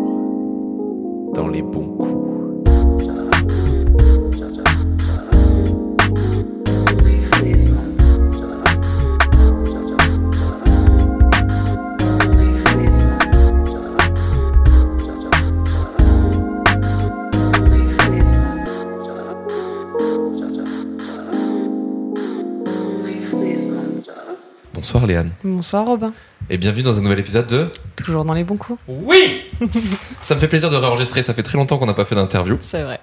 toujours dans les bons coups. Bonsoir Léane. Bonsoir Robin. Et bienvenue dans un nouvel épisode de Toujours dans les bons coups. Oui Ça me fait plaisir de réenregistrer, ça fait très longtemps qu'on n'a pas fait d'interview. C'est vrai.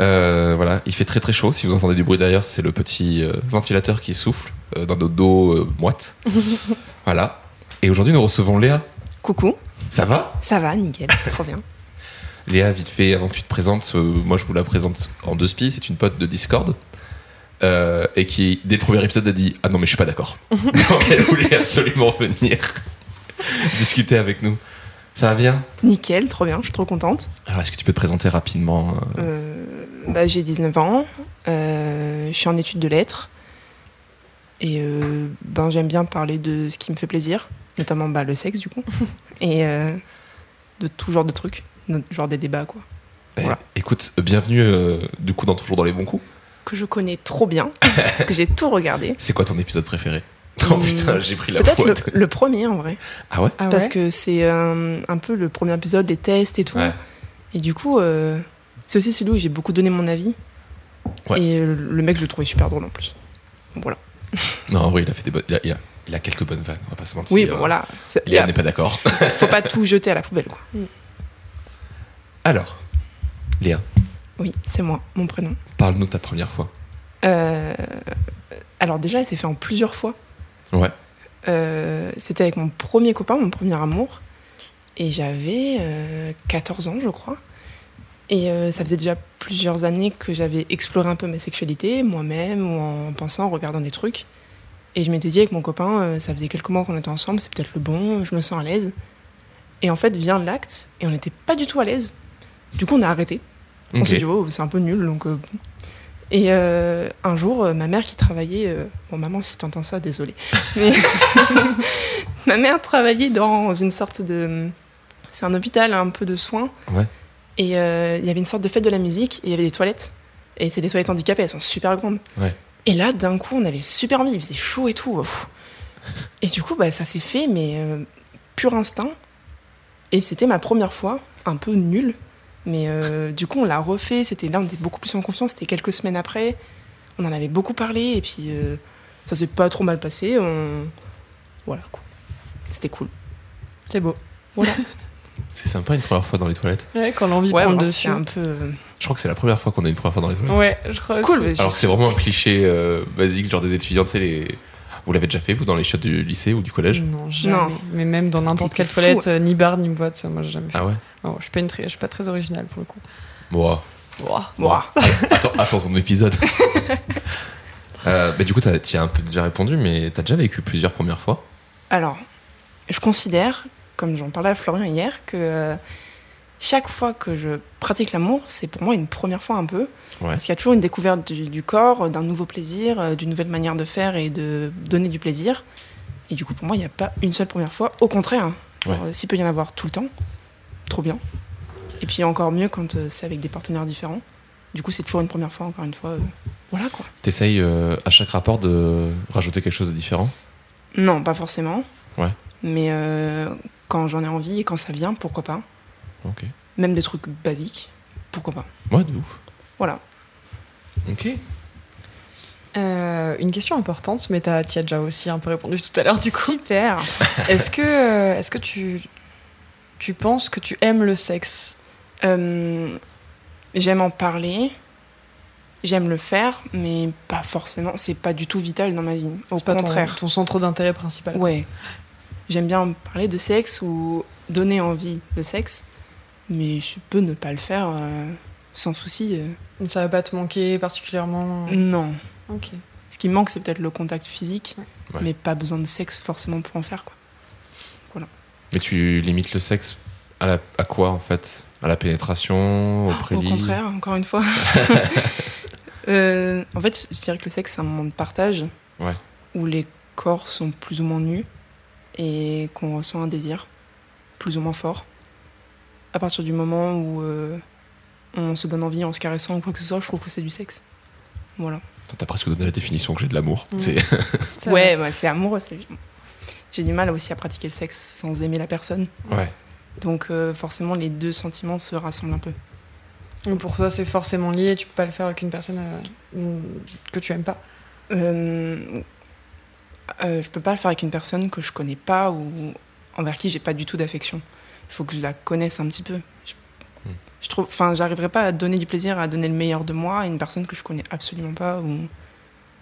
Euh, voilà, il fait très très chaud. Si vous entendez du bruit derrière, c'est le petit euh, ventilateur qui souffle euh, dans nos dos euh, moites. voilà. Et aujourd'hui, nous recevons Léa. Coucou, Ça va ça va, nickel, trop bien. Léa, vite fait, avant que tu te présentes, euh, moi je vous la présente en deux spies. C'est une pote de Discord. euh, et qui, dès le premier épisode, a dit Ah non, mais je suis pas d'accord. Donc elle voulait absolument venir discuter avec nous. Ça va bien Nickel, trop bien, je suis trop contente. Alors, est-ce que tu peux te présenter rapidement euh, Euh, bah, j'ai 19 ans, euh, je suis en études de lettres et euh, ben, j'aime bien parler de ce qui me fait plaisir, notamment bah, le sexe du coup, et euh, de tout genre de trucs, no- genre des débats quoi, ben, voilà. Écoute, bienvenue euh, du coup dans Toujours dans les bons coups. que je connais trop bien parce que j'ai tout regardé. C'est quoi ton épisode préféré Oh Hmm, putain, j'ai pris la Peut-être pointe. le, le premier en vrai, Ah ouais Ah parce que c'est euh, un peu le premier épisode, les tests et tout. Ouais. Et du coup, euh, c'est aussi celui où j'ai beaucoup donné mon avis. Ouais. Et euh, le mec, je le trouvais super drôle en plus. Bon, Voilà. Non, en vrai, il a fait des bonnes. Il a, il a- il a quelques bonnes vannes, on va pas se mentir. Oui, bon, voilà. C'est- Léa euh, y n'est a- pas d'accord. faut pas tout jeter à la poubelle, quoi. Alors, Léa, Oui, c'est moi, mon prénom. parle-nous de ta première fois. Euh, alors déjà, elle s'est fait en plusieurs fois. Ouais. Euh, C'était avec mon premier copain, mon premier amour. Et j'avais euh, 14 ans, je crois. Et euh, ça faisait déjà plusieurs années que j'avais exploré un peu ma sexualité, moi-même, ou en pensant, en regardant des trucs. Et je m'étais dit avec mon copain, euh, ça faisait quelques mois qu'on était ensemble, c'est peut-être le bon, je me sens à l'aise. Et en fait, vient l'acte, et on n'était pas du tout à l'aise. Du coup, on a arrêté. On Ok. s'est dit, oh, c'est un peu nul, donc. euh, bon. Et euh, un jour, euh, ma mère qui travaillait. euh, Bon, maman, si t'entends ça, désolée. Mais- ma mère travaillait dans une sorte de. C'est un hôpital, un peu de soins. Ouais. Et euh, il y avait une sorte de fête de la musique, et il y avait des toilettes. Et c'est des toilettes handicapées, elles sont super grandes. Ouais. Et là, d'un coup, on avait super envie, il faisait chaud et tout. ouf. Et du coup, bah, ça s'est fait, mais euh, pur instinct. Et c'était ma première fois, un peu nulle. Mais euh, du coup, on l'a refait. C'était là, on était beaucoup plus en confiance. C'était quelques semaines après. On en avait beaucoup parlé. Et puis, euh, ça s'est pas trop mal passé. On... Voilà, quoi. C'était cool. C'est beau. C'est sympa une première fois dans les toilettes. Ouais, quand l'envie prend bon, le c'est dessus. un peu. euh, Je crois que c'est la première fois qu'on a une première fois dans les toilettes. Ouais, je crois Cool, aussi. mais Alors, j'ai- c'est vraiment un cliché euh, basique, genre des étudiants, tu sais, les. Vous l'avez déjà fait, vous, dans les chiottes du lycée ou du Mm. collège Non, jamais. Non. Mais même dans n'importe C'était quelle fou. toilette, euh, ni bar, ni boîte, ça, moi j'ai jamais fait. Ah ouais Non, je, suis pas une très- je suis pas très originale pour le coup. Moi. Ouah. Ouah. Attends, attends ton épisode. Euh, bah, du coup, t'as- t'y as un peu déjà répondu, mais t'as déjà vécu plusieurs premières fois. Alors, je considère, comme j'en parlais à Florian hier, que euh, chaque fois que je pratique l'amour, c'est pour moi une première fois un peu. Ouais. Parce qu'il y a toujours une découverte du, du corps, euh, d'un nouveau plaisir, euh, d'une nouvelle manière de faire et de donner du plaisir. Et du coup, pour moi, il n'y a pas une seule première fois. Au contraire, hein. Genre, euh, s'il peut y en avoir tout le temps, trop bien. Et puis encore mieux quand euh, c'est avec des partenaires différents. Du coup, c'est toujours une première fois, encore une fois. euh, voilà quoi. T'essayes euh, à chaque rapport de rajouter quelque chose de différent. Non, pas forcément. Ouais. Mais euh, quand j'en ai envie et quand ça vient, pourquoi pas. Ok. Même des trucs basiques, pourquoi pas. Ouais, de ouf. Voilà. Ok. Euh, une question importante, mais t'as- t'y as déjà aussi un peu répondu tout à l'heure du coup. Super. Est-ce que, euh, est-ce que tu, tu penses que tu aimes le sexe Euh, j'aime en parler, j'aime le faire, mais pas forcément. C'est pas du tout vital dans ma vie. Au C'est pas ton- contraire. ton centre d'intérêt principal. Ouais. J'aime bien parler de sexe ou donner envie de sexe, mais je peux ne pas le faire euh, sans souci. euh. Ça va pas te manquer particulièrement Non. Ok. Ce qui me manque, c'est peut-être le contact physique, Ouais. mais pas besoin de sexe forcément pour en faire. Quoi. Mais tu limites le sexe à, la, à quoi en fait À la pénétration, au Au prélit contraire, encore une fois. Euh, en fait, je dirais que le sexe, c'est un moment de partage Ouais. où les corps sont plus ou moins nus et qu'on ressent un désir plus ou moins fort. à partir du moment où euh, on se donne envie en se caressant ou quoi que ce soit, je trouve que c'est du sexe. Voilà. T'as presque donné la définition que j'ai de l'amour. Mm. C'est Ça, Ouais, bah, c'est amoureux. c'est- J'ai du mal aussi à pratiquer le sexe sans aimer la personne. ouais. Donc euh, forcément, les deux sentiments se rassemblent un peu. Donc pour toi, c'est forcément lié, tu peux pas le faire avec une personne euh, que tu aimes pas. Euh, euh, je peux pas le faire avec une personne que je connais pas ou envers qui j'ai pas du tout d'affection. Il faut que je la connaisse un petit peu. Je, Hmm. je trouve, enfin, j'arriverai pas à donner du plaisir, à donner le meilleur de moi à une personne que je connais absolument pas ou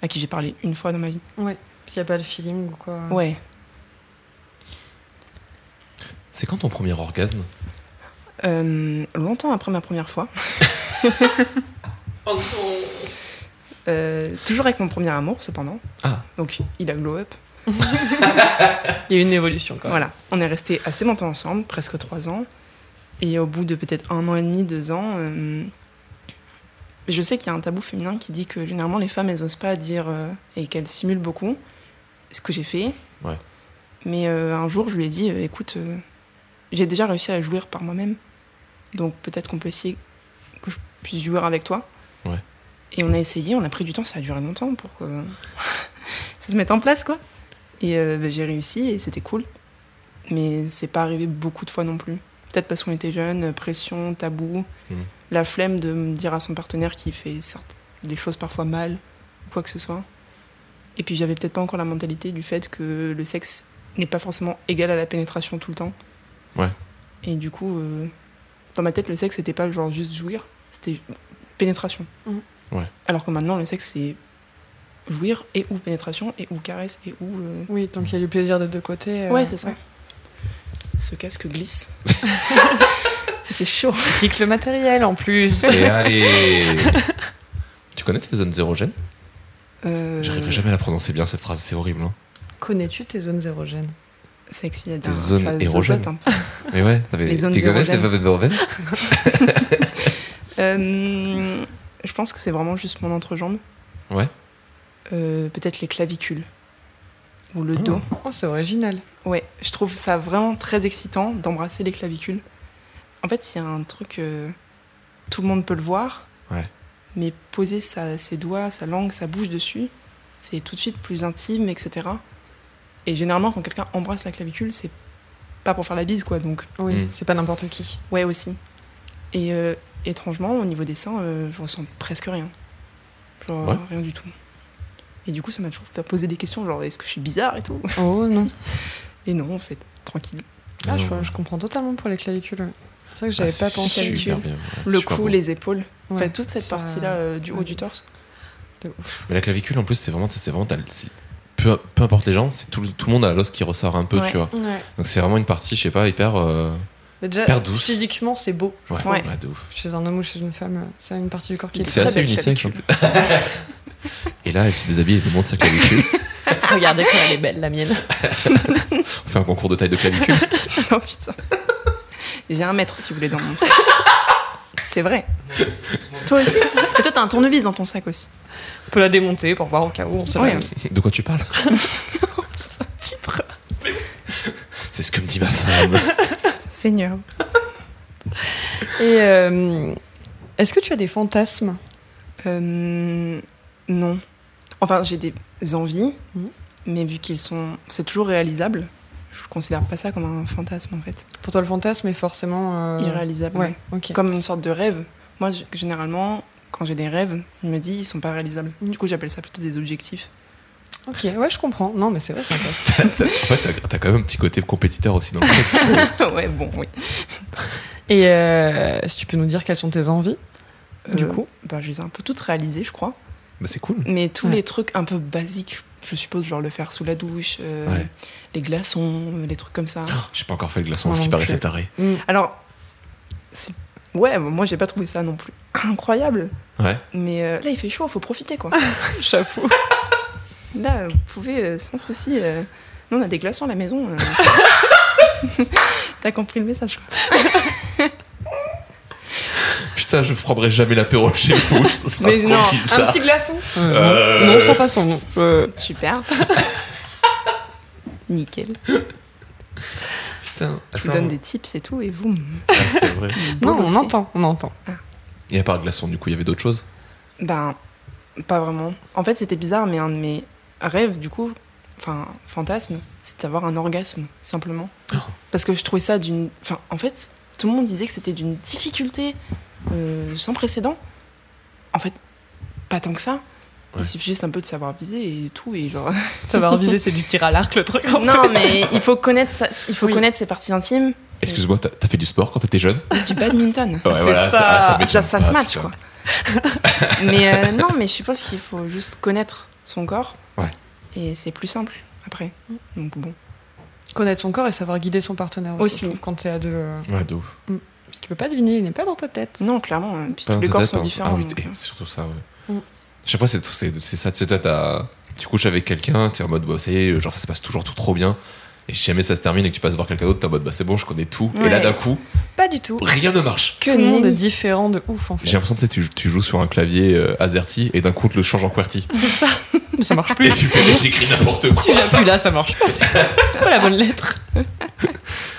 à qui j'ai parlé une fois dans ma vie. S'il y a pas le feeling ou quoi. Ouais. C'est quand ton premier orgasme Euh, longtemps après ma première fois. Euh, toujours avec mon premier amour, cependant. Ah. Donc, il a glow up. Il y a une évolution quand même. Voilà, on est resté assez longtemps ensemble, presque trois ans. Et au bout de peut-être un an et demi, deux ans, euh, je sais qu'il y a un tabou féminin qui dit que généralement les femmes, elles n'osent pas dire euh, et qu'elles simulent beaucoup ce que j'ai fait. Ouais. Mais euh, un jour, je lui ai dit euh, écoute, euh, j'ai déjà réussi à jouir par moi-même, donc peut-être qu'on peut essayer que je puisse jouer avec toi. Ouais. Et on a essayé, on a pris du temps, ça a duré longtemps pour que ça se mette en place, quoi. Et euh, bah, j'ai réussi et c'était cool mais c'est pas arrivé beaucoup de fois non plus. Peut-être parce qu'on était jeunes, euh, pression, tabou, Mhm. la flemme de me dire à son partenaire qu'il fait certes des choses parfois mal, ou quoi que ce soit. Et puis j'avais peut-être pas encore la mentalité du fait que le sexe n'est pas forcément égal à la pénétration tout le temps. Ouais. Et du coup, euh, dans ma tête, le sexe c'était pas genre juste jouir, c'était pénétration. Mhm. Ouais. Alors que maintenant, le sexe c'est jouir et ou pénétration et ou caresse et ou. euh, Oui, tant qu'il y a du plaisir des deux côtés. euh, Ouais, c'est ça. Ce casque glisse. Il fait chaud. Critique le matériel en plus. Et Eh, allez Tu connais tes zones érogènes Euh, J'arriverai jamais à la prononcer bien cette phrase, c'est horrible. Hein. Connais-tu tes zones érogènes Sexy, il y a Des zones ça- ça érogènes. saute un peu. Mais ouais, t'avais Les zones t'es connais, érogènes. t'es- t'es- t'es- t'es- Euh, je pense que c'est vraiment juste mon entrejambe. Ouais. Euh, Peut-être les clavicules. Ou le Ah. dos. Oh, c'est original. Ouais, je trouve ça vraiment très excitant d'embrasser les clavicules. En fait, il y a un truc, euh, tout le monde peut le voir, Ouais. mais poser sa- ses doigts, sa langue, sa bouche dessus, c'est tout de suite plus intime, etc. Et généralement, quand quelqu'un embrasse la clavicule, c'est pas pour faire la bise, quoi. Donc, Oui, Mm. c'est pas n'importe qui. ouais, aussi. Et euh, étrangement, au niveau des seins, euh, je ressens presque rien. Genre, Ouais. rien du tout. Et du coup, ça m'a toujours fait poser des questions, genre, est-ce que je suis bizarre et tout Oh non. Et non, en fait, tranquille. Ah, je, Non. je comprends totalement pour les clavicules. C'est vrai que Ah, j'avais pas c'est pensé. su- super calcul. bien, ouais, c'est Le super cou, beau. les épaules. Ouais. Enfin, toute cette Ça- partie-là euh, du haut ouais. du torse. de ouf. Mais la clavicule en plus, c'est vraiment, c'est vraiment, t'as le- c'est- peu, peu importe les gens, c'est tout, le- tout le monde a l'os qui ressort un peu, Ouais. tu vois. Donc c'est vraiment une partie, je sais pas, hyper. euh, Mais déjà, Paire douce. physiquement, c'est beau. Ouais, Ouais. ouais, de ouf. Chez un homme ou chez une femme, euh, c'est une partie du corps qui Il est est C'est très assez belle unisexe en clavicule. plus. Et là, elle se déshabille et nous montre sa clavicule. Regardez comme elle est belle, la mienne. On fait un concours de taille de clavicule. oh putain. J'ai un mètre si vous voulez dans mon sac. C'est vrai. toi aussi. Et toi, t'as un tournevis dans ton sac aussi. On peut la démonter pour voir au cas où, on sait Ouais. jamais. De quoi tu parles Putain, titre. C'est ce que me dit ma femme. Seigneur. Et euh, est-ce que tu as des fantasmes Euh, non. Enfin, j'ai des envies, Mhm. mais vu qu'ils sont. C'est toujours réalisable. Je considère pas ça comme un fantasme en fait. Pour toi, le fantasme est forcément. euh, Irréalisable. Ouais, ok. comme une sorte de rêve. Moi, g- généralement, quand j'ai des rêves, je me dis ils sont pas réalisables. Mm. Du coup, j'appelle ça plutôt des objectifs. Ok, ouais, je comprends. Non, mais c'est vrai, c'est un fantasme. T'as- t'as- en fait, t'as- t'as quand même un petit côté compétiteur aussi dans le fait. ouais, bon, oui. Et euh, si tu peux nous dire quelles sont tes envies, du Euh, coup bah, je les ai un peu toutes réalisées, je crois. Mais Bah, c'est cool. Mais tous Ouais. les trucs un peu basiques, je suppose, genre le faire sous la douche, euh, Ouais. les glaçons, euh, les trucs comme ça. Oh, J'ai pas encore fait le glaçon, Moi ce qui non paraît plus. cet arrêt. Alors, c'est- ouais, moi, j'ai pas trouvé ça non plus incroyable. Ouais. Mais euh, là, il fait chaud, faut profiter, quoi. Chapeau. Là, vous pouvez euh, sans souci. euh, Nous, on a des glaçons à la maison. euh. T'as compris le message, quoi. Putain, je prendrai jamais l'apéro chez vous. Ah, ça sera Mais trop non, un bizarre. glaçon Euh, Non, sans façon. non. Super. Nickel. Putain, Je vous attends. donne des tips et tout, et vous. Ah, c'est vrai. vous Non, on bossez. entend, on entend. Et à part le glaçon, du coup, il y avait d'autres choses Ben, pas vraiment. En fait, c'était bizarre, mais un de mes rêves, du coup, enfin, fantasme, c'est d'avoir un orgasme, simplement. Parce que je trouvais ça d'une. Enfin, en fait, tout le monde disait que c'était d'une difficulté euh, sans précédent. En fait, pas tant que ça. Ouais. Il suffit juste un peu de savoir viser et tout, et genre. Ça va reviser, c'est du tir à l'arc le truc. En non, fait. mais il faut connaître, ça, il faut Oui. connaître ses parties intimes. Excuse-moi, t'as- t'as fait du sport quand t'étais jeune Du badminton. Ouais, C'est voilà, ça. ah, Ah, m'étonne ça, ça pas, se match putain. quoi. mais euh, non, mais je suppose qu'il faut juste connaître son corps. Ouais. Et c'est plus simple après. Donc bon. Connaître son corps et savoir guider son partenaire Aussi. aussi. je trouve, Quand t'es à deux. euh, Ouais, de ouf. Parce qu'il peut pas deviner, il n'est pas dans ta tête. Non, clairement, hein, puis Pas tous les dans corps ta sont tête, différents. pardon. Ah oui, donc, et euh, c'est surtout ça, ouais. Mm. Chaque fois, c'est c'est- c'est ça, tu sais, toi, t'as- tu couches avec quelqu'un, t'es en mode, bah, ça y est, genre, ça se passe toujours tout trop bien. Et si jamais ça se termine et que tu passes voir quelqu'un d'autre, t'es en mode, bah, c'est bon, je connais tout. Et là, Ouais. d'un coup, Pas du tout. rien ne marche. Que tout le monde est nenni. différent de ouf en fait. J'ai l'impression, tu sais, tu, tu joues sur un clavier euh, AZERTY et d'un coup, tu le changes en QWERTY. C'est ça. Mais ça marche plus. Et tu fais, mais j'écris n'importe quoi. si j'appuie là, ça marche pas. C'est pas la bonne lettre.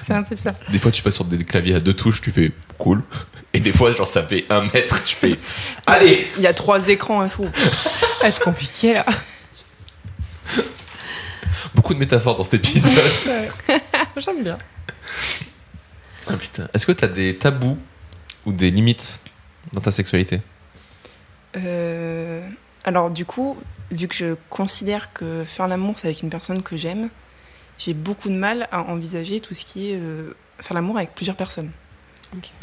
C'est un peu ça. Des fois, tu passes sur des claviers à deux touches, tu fais cool. Et des fois, genre, ça fait un mètre, tu fais allez! Il y a trois écrans et tout. Être compliqué là. Beaucoup de métaphores dans cet épisode. J'aime bien. Ah, putain. Est-ce que t'as des tabous ou des limites dans ta sexualité Euh, alors du coup, vu que je considère que faire l'amour c'est avec une personne que j'aime, j'ai beaucoup de mal à envisager tout ce qui est euh, faire l'amour avec plusieurs personnes.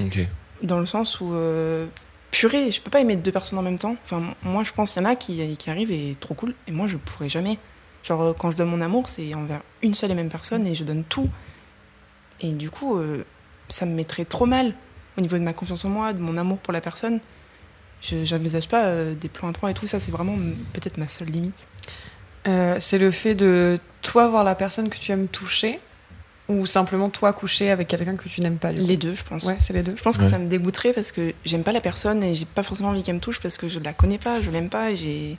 Ok. dans le sens où euh, purée, je peux pas aimer deux personnes en même temps. Enfin, m- moi, je pense qu'il y en a qui, qui arrivent et trop cool, et moi, je pourrais jamais. Genre, euh, quand je donne mon amour, c'est envers une seule et même personne et je donne tout. Et du coup, euh, ça me mettrait trop mal au niveau de ma confiance en moi, de mon amour pour la personne. Je j'envisage pas euh, des plans à trois et tout, ça, c'est vraiment mm, peut-être ma seule limite. Euh, c'est le fait de toi voir la personne que tu aimes toucher ou simplement toi coucher avec quelqu'un que tu n'aimes pas. du coup. Les deux, je pense. Ouais, c'est les deux. Je pense que Ouais. ça me dégoûterait parce que j'aime pas la personne et j'ai pas forcément envie qu'elle me touche parce que je la connais pas, je l'aime pas, et j'ai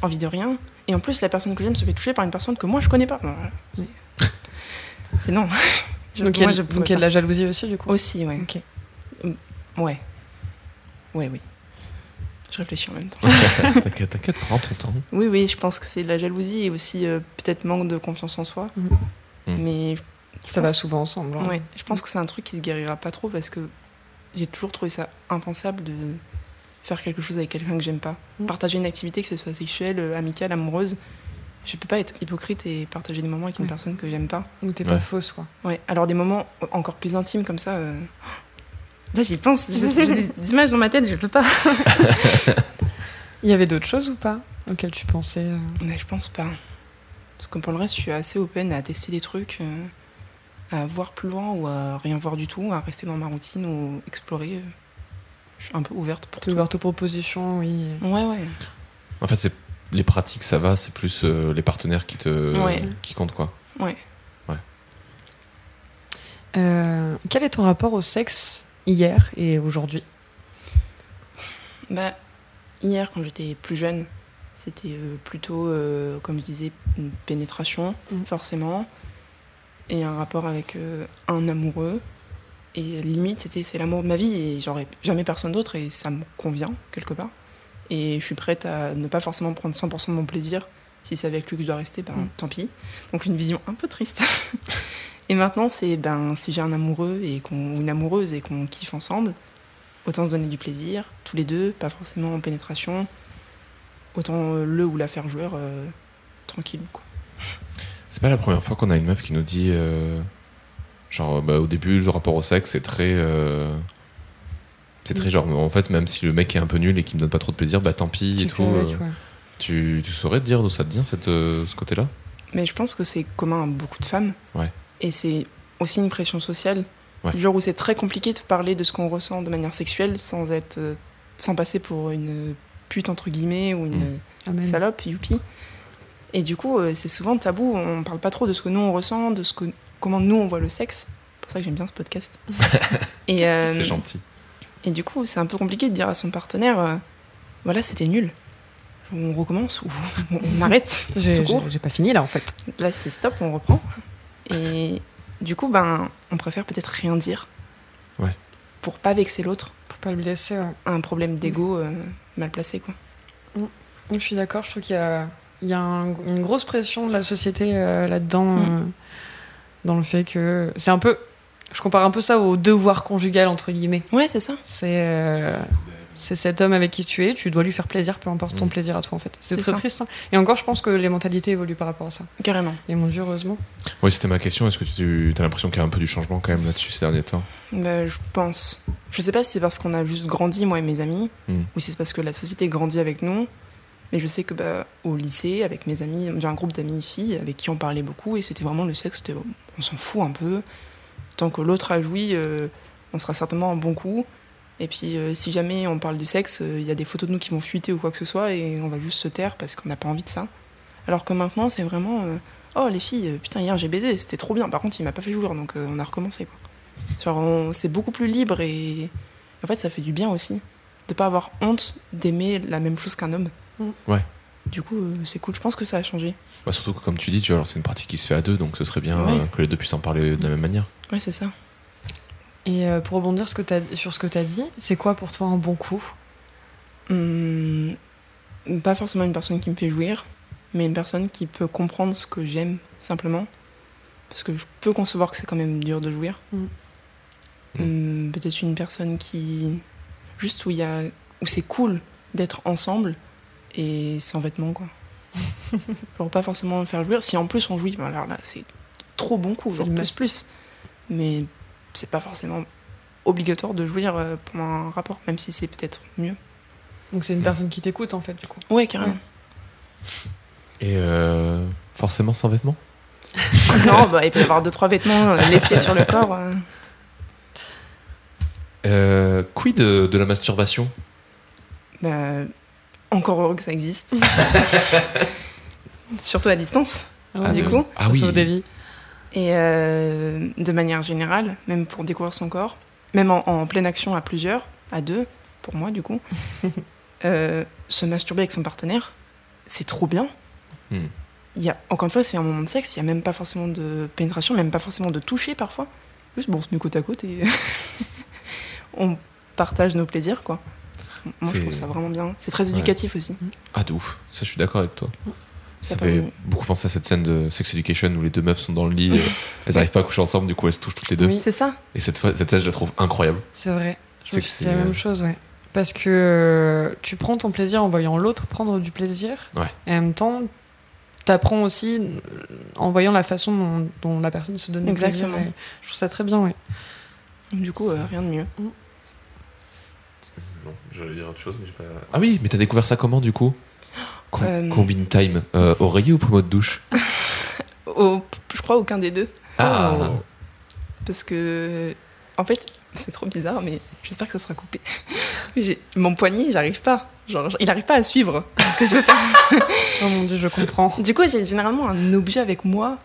envie de rien. Et en plus, la personne que j'aime se fait toucher par une personne que moi je connais pas. Bon, voilà, c'est- C'est non. Je- Donc il y a, moi, je donc, pourrais il y a de pas. la jalousie aussi du coup. Aussi, ouais. Ok. Ouais. Ouais, oui. Je réfléchis en même temps. t'inquiète, t'inquiète, prends ton temps. Oui, oui, je pense que c'est de la jalousie et aussi euh, peut-être manque de confiance en soi. Mhm. Mhm. Mais je Ça pense va souvent ensemble. hein. Ouais, je pense que c'est un truc qui se guérira pas trop parce que j'ai toujours trouvé ça impensable de faire quelque chose avec quelqu'un que j'aime pas. Mm. Partager une activité, que ce soit sexuelle, euh, amicale, amoureuse, je peux pas être hypocrite et partager des moments avec une Ouais. personne que j'aime pas. Donc t'es Ouais. pas fausse quoi. Ouais, alors des moments encore plus intimes comme ça. euh, Là, j'y pense, j'ai j'ai des, des images dans ma tête, je peux pas. Il y avait d'autres choses ou pas auxquelles tu pensais euh, Mais je pense pas. Parce que pour le reste, je suis assez open à tester des trucs, euh, à voir plus loin ou à rien voir du tout, à rester dans ma routine ou explorer. euh, Je suis un peu ouverte pour T'es tout. ouverte aux propositions, oui. Ouais, ouais. En fait, c'est les pratiques, ça va, c'est plus euh, les partenaires qui te Ouais. qui comptent quoi. Euh, quel est ton rapport au sexe hier et aujourd'hui Bah, hier, quand j'étais plus jeune, c'était euh, plutôt, euh, comme je disais, une pénétration, Mhm. forcément, et un rapport avec euh, un amoureux. Et limite, c'était c'est l'amour de ma vie et j'aurais jamais personne d'autre et ça me convient quelque part. Et je suis prête à ne pas forcément prendre 100% de mon plaisir. Si c'est avec lui que je dois rester, ben Mhm. tant pis. Donc une vision un peu triste. et maintenant, c'est ben si j'ai un amoureux et qu'on ou une amoureuse et qu'on kiffe ensemble, autant se donner du plaisir, tous les deux, pas forcément en pénétration. Autant euh, le ou la faire joueur euh, tranquille. Quoi. C'est pas la première fois qu'on a une meuf qui nous dit euh, genre bah, au début le rapport au sexe c'est très euh, c'est Mm. très genre en fait même si le mec est un peu nul et qui me donne pas trop de plaisir bah tant pis et Tu tout. fais avec, euh, ouais. tu, tu saurais te dire d'où ça te vient cette euh, ce côté là Mais je pense que c'est commun à beaucoup de femmes. Ouais. Et c'est aussi une pression sociale. Ouais. Du Genre où c'est très compliqué de parler de ce qu'on ressent de manière sexuelle sans être, euh, sans passer pour une pute entre guillemets ou Mm. une Amen. salope, youpi. Et du coup, euh, c'est souvent tabou. On parle pas trop de ce que nous on ressent, de ce que comment nous on voit le sexe. C'est pour ça que j'aime bien ce podcast. Et euh, C'est gentil. Et du coup, c'est un peu compliqué de dire à son partenaire, euh, voilà, c'était nul. On recommence ou on arrête J'ai tout court. j'ai- j'ai pas fini là en fait. Là, c'est stop, on reprend. Et Du coup, ben, on préfère peut-être rien dire. Ouais. Pour pas vexer l'autre. Pour pas le blesser, ouais. Un problème d'ego euh, mal placé, quoi. Je suis d'accord, je trouve qu'il y a, il y a un- une grosse pression de la société euh, là-dedans, Mm. euh, dans le fait que c'est un peu. Je compare un peu ça au devoir conjugal, entre guillemets. Ouais, c'est ça. C'est euh, c'est cet homme avec qui tu es, tu dois lui faire plaisir, peu importe ton Mm. plaisir à toi, en fait. C'est C'est très ça. triste. hein. Et encore, je pense que les mentalités évoluent par rapport à ça. Carrément. Et mon Dieu, heureusement. Oui, c'était ma question. Est-ce que tu as l'impression qu'il y a un peu du changement quand même là-dessus ces derniers temps Ben, je pense. Je sais pas si c'est parce qu'on a juste grandi, moi et mes amis, Mm. ou si c'est parce que la société grandit avec nous. Mais je sais que bah, au lycée, avec mes amis, j'ai un groupe d'amis filles avec qui on parlait beaucoup, et c'était vraiment le sexe, c'était- on s'en fout un peu. Tant que l'autre a joui, euh, on sera certainement un bon coup. Et puis euh, si jamais on parle du sexe, euh, il y a des photos de nous qui vont fuiter ou quoi que ce soit, et on va juste se taire parce qu'on n'a pas envie de ça. Alors que maintenant, c'est vraiment euh, Oh les filles, euh, putain, hier j'ai baisé, c'était trop bien. Par contre, il m'a pas fait jouir, donc euh, on a recommencé. Quoi. Genre, on- c'est beaucoup plus libre et en fait, ça fait du bien aussi de pas avoir honte d'aimer la même chose qu'un homme. Mm. Ouais. Du coup, euh, c'est cool. Je pense que ça a changé. Bah, Surtout que, comme tu dis, tu vois, alors c'est une pratique qui se fait à deux, donc ce serait bien Ouais. euh, que les deux puissent en parler de la même manière. Ouais, c'est ça. Et euh, pour rebondir ce que t'as- sur ce que tu as dit, c'est quoi pour toi un bon coup Hum, pas forcément une personne qui me fait jouir, mais une personne qui peut comprendre ce que j'aime simplement. Parce que je peux concevoir que c'est quand même dur de jouir. Mm. Hum, Peut-être une personne qui. Juste où, il y a... où c'est cool d'être ensemble et sans vêtements, quoi. Genre pas forcément me faire jouir. Si en plus on jouit, ben alors là, c'est trop bon coup, C'est genre le plus must. plus. Mais c'est pas forcément obligatoire de jouir euh, pendant un rapport, même si c'est peut-être mieux. Donc c'est une Mm. personne qui t'écoute, en fait, du coup. Ouais, carrément. Et euh, forcément sans vêtements non, bah, il peut y avoir deux, trois vêtements euh, laissés sur le corps. euh. Euh, Quid de, de la masturbation Bah, encore heureux que ça existe. Surtout à distance. Ah, du de- coup, Ah oui. sauve des vies. Et euh, de manière générale, même pour découvrir son corps, même en, en pleine action à plusieurs, à deux, pour moi du coup, euh, se masturber avec son partenaire, c'est trop bien. Hmm. Il y a, encore une fois, c'est un moment de sexe, il n'y a même pas forcément de pénétration, même pas forcément de toucher parfois. Juste, bon, on se met côte à côte et on partage nos plaisirs, quoi. Moi, je C'est- trouve ça vraiment bien. C'est très Ouais. éducatif aussi. Ah de ouf, ça je suis d'accord avec toi. Ça, Ça fait peut- beaucoup penser à cette scène de Sex Education où les deux meufs sont dans le lit, euh, elles arrivent pas à coucher ensemble, du coup elles se touchent toutes les deux. Oui. C'est ça Et cette, fois, cette scène je la trouve incroyable. C'est vrai. Je C'est me que suis dit c'est- la même chose, ouais. Parce que euh, tu prends ton plaisir en voyant l'autre prendre du plaisir. Ouais. Et en même temps, t'apprends aussi euh, en voyant la façon dont, dont la personne se donne du plaisir. Exactement. Et Je trouve ça très bien, ouais. Du coup, euh, rien de mieux. Non, j'allais dire autre chose mais j'ai pas... Ah oui, mais t'as découvert ça comment du coup Com- Euh, Combine time, euh, oreiller ou pommeau de douche Au- je crois aucun des deux. Oh. Ah parce que en fait c'est trop bizarre mais j'espère que ça sera coupé J'ai- mon poignet j'arrive pas genre il arrive pas à suivre ce que je veux faire Oh mon dieu, je comprends. du coup j'ai généralement un objet avec moi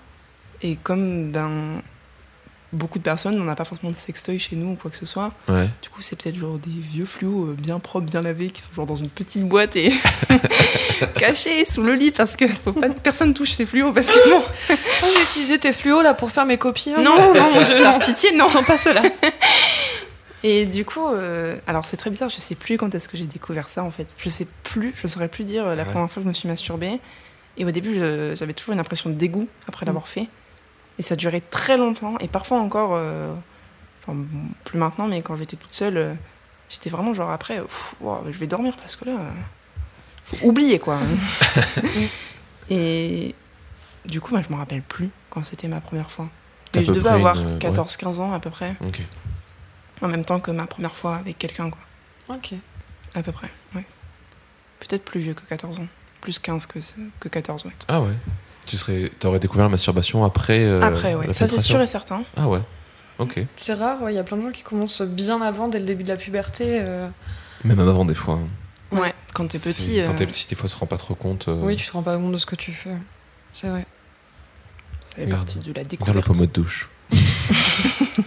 et comme ben beaucoup de personnes on n'a pas forcément de sextoy chez nous ou quoi que ce soit Ouais. du coup c'est peut-être genre des vieux fluos euh, bien propres bien lavés qui sont genre dans une petite boîte et cachés sous le lit parce que faut pas que personne touche ces fluos parce que bon Oh, j'ai utilisé tes fluos là pour faire mes copies. hein. non non mon dieu non pitié non non, pas cela. Et du coup, euh, alors c'est très bizarre, je sais plus quand est-ce que j'ai découvert ça en fait. Je sais plus, je saurais plus dire euh, la Ouais. première fois que je me suis masturbée. Et au début, je- j'avais toujours une impression de dégoût après l'avoir fait. Et ça durait très longtemps. Et parfois encore, euh, enfin, bon, plus maintenant, mais quand j'étais toute seule, euh, j'étais vraiment genre après, euh, pff, wow, je vais dormir parce que là, euh, faut oublier quoi. Et du coup, moi, je me rappelle plus quand c'était ma première fois. T'as Mais à je peu devais près avoir une- ouais. 14-15 ans à peu près Ok. en même temps que ma première fois avec quelqu'un, quoi. Ok. À peu près, ouais. Peut-être plus vieux que 14 ans. Plus 15 que, que 14, ouais. Ah ouais. Tu serais, t'aurais découvert la masturbation après. euh, Après, ouais. la Ça, c'est pénétration sûr et certain. Ah ouais. Ok. C'est rare, ouais, il y a plein de gens qui commencent bien avant, dès le début de la puberté. euh. Même avant des fois. hein. Ouais. Quand t'es C'est- petit, Quand euh, t'es petit, des fois, tu te rends pas trop compte. euh, Oui, tu te rends pas compte de ce que tu fais. C'est vrai. ça fait Regarde. partie de la Regarde le découverte. pommeau de douche.